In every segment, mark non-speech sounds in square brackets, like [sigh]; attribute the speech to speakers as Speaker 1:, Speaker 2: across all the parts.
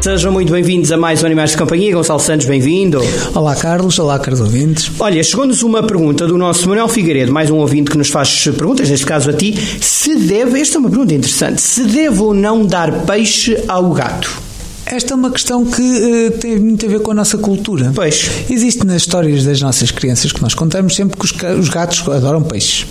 Speaker 1: Sejam muito bem-vindos a mais um Animais de Companhia. Gonçalo Santos, bem-vindo.
Speaker 2: Olá, Carlos. Olá, caros ouvintes.
Speaker 1: Olha, chegou-nos uma pergunta do nosso Manuel Figueiredo, mais um ouvinte que nos faz perguntas, neste caso a ti. Se deve, esta é uma pergunta interessante, se deve ou não dar peixe ao gato?
Speaker 2: Esta é uma questão que eh, tem muito a ver com a nossa cultura.
Speaker 1: Pois.
Speaker 2: Existe nas histórias das nossas crianças que nós contamos sempre que os, ca- os gatos adoram peixes.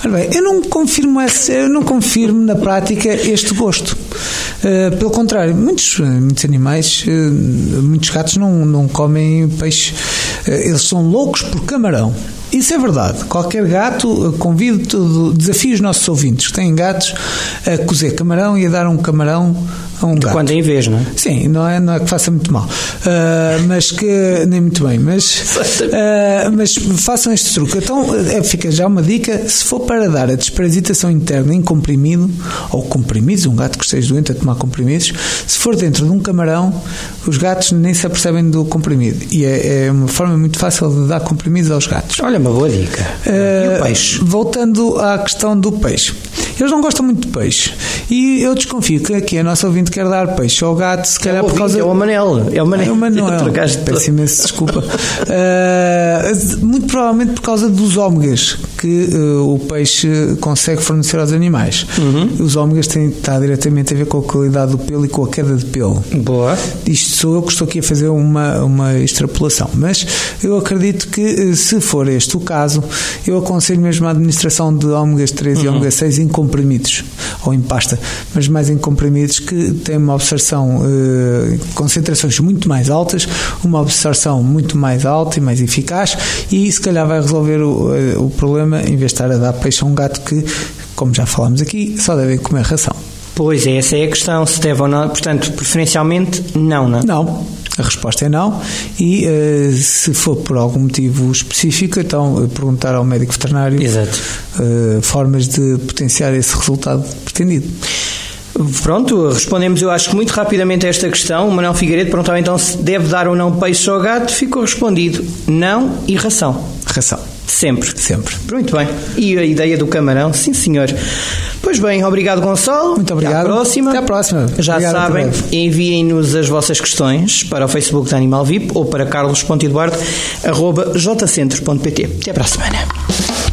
Speaker 2: Ora bem, eu não confirmo, essa- eu não confirmo na prática este gosto. Eh, pelo contrário, muitos, eh, muitos animais, eh, muitos gatos não, não comem peixe. Eh, eles são loucos por camarão. Isso é verdade. Qualquer gato, eh, convido, todo- desafio os nossos ouvintes que têm gatos a cozer camarão e a dar um camarão a um gato.
Speaker 1: Quando em vez, não é?
Speaker 2: Sim, não é, não é que faça muito mal, Ah, mas que nem muito bem, mas, ah, mas façam este truque. Então eh, fica já uma dica: se for para dar a desparasitação interna em comprimido, ou comprimidos, um gato que esteja doente a tomar comprimidos, se for dentro de um camarão, os gatos nem se apercebem do comprimido. E é, é uma forma muito fácil de dar comprimidos aos gatos.
Speaker 1: Olha, uma boa dica. e o
Speaker 2: Eh,
Speaker 1: peixe?
Speaker 2: Voltando à questão do peixe. Eles não gostam muito de peixe. E eu desconfio que aqui a nossa ouvinte quer dar peixe ao gato, se calhar
Speaker 1: o
Speaker 2: por causa.
Speaker 1: ouvinte, é o Manel. É o Manel.
Speaker 2: É o Manuel.
Speaker 1: [laughs] Trocaste de-
Speaker 2: Peço imenso
Speaker 1: [laughs]
Speaker 2: desculpa. Eh, muito provavelmente por causa dos ômegas que eh, o peixe consegue fornecer aos animais.
Speaker 1: Uhum.
Speaker 2: Os ômegas têm está diretamente a ver com a qualidade do pelo e com a queda de pelo.
Speaker 1: Boa.
Speaker 2: Isto sou eu que estou aqui a fazer uma, uma extrapolação, mas eu acredito que, eh, se for este o caso, eu aconselho mesmo a administração de ômegas 3 e ômega 6 em comprimidos, ou em pasta, mas mais em comprimidos, que tem uma absorção, eh, concentrações muito mais altas, uma absorção muito mais alta e mais eficaz, e se calhar vai resolver o, eh, o problema em vez de estar a dar peixe a um gato que, como já falámos aqui, só deve comer ração.
Speaker 1: Pois é, essa é a questão, se deve ou não. Portanto, preferencialmente, não, não é?
Speaker 2: Não. A resposta é não. E eh, se for por algum motivo específico, então eh, perguntar ao médico veterinário
Speaker 1: Exato.
Speaker 2: eh, formas de potenciar esse resultado pretendido.
Speaker 1: Pronto, respondemos, eu acho que muito rapidamente a esta questão. O Manuel Figueiredo perguntava então se deve dar ou não peixe ao gato. Ficou respondido: não e ração.
Speaker 2: Ração.
Speaker 1: Sempre.
Speaker 2: Sempre.
Speaker 1: Muito bem. E a ideia do camarão? Sim, senhor. Pois bem, obrigado, Gonçalo.
Speaker 2: Muito obrigado.
Speaker 1: Até à próxima.
Speaker 2: Até à próxima.
Speaker 1: Já
Speaker 2: Obrigado, até
Speaker 1: sabem,
Speaker 2: breve.
Speaker 1: enviem-nos as vossas questões para o Facebook da Animal VIP ou para carlos.eduardo.jcentro.pt. Até para a semana.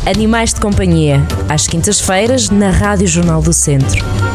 Speaker 3: Animais de Companhia, às quintas-feiras, na Rádio Jornal do Centro.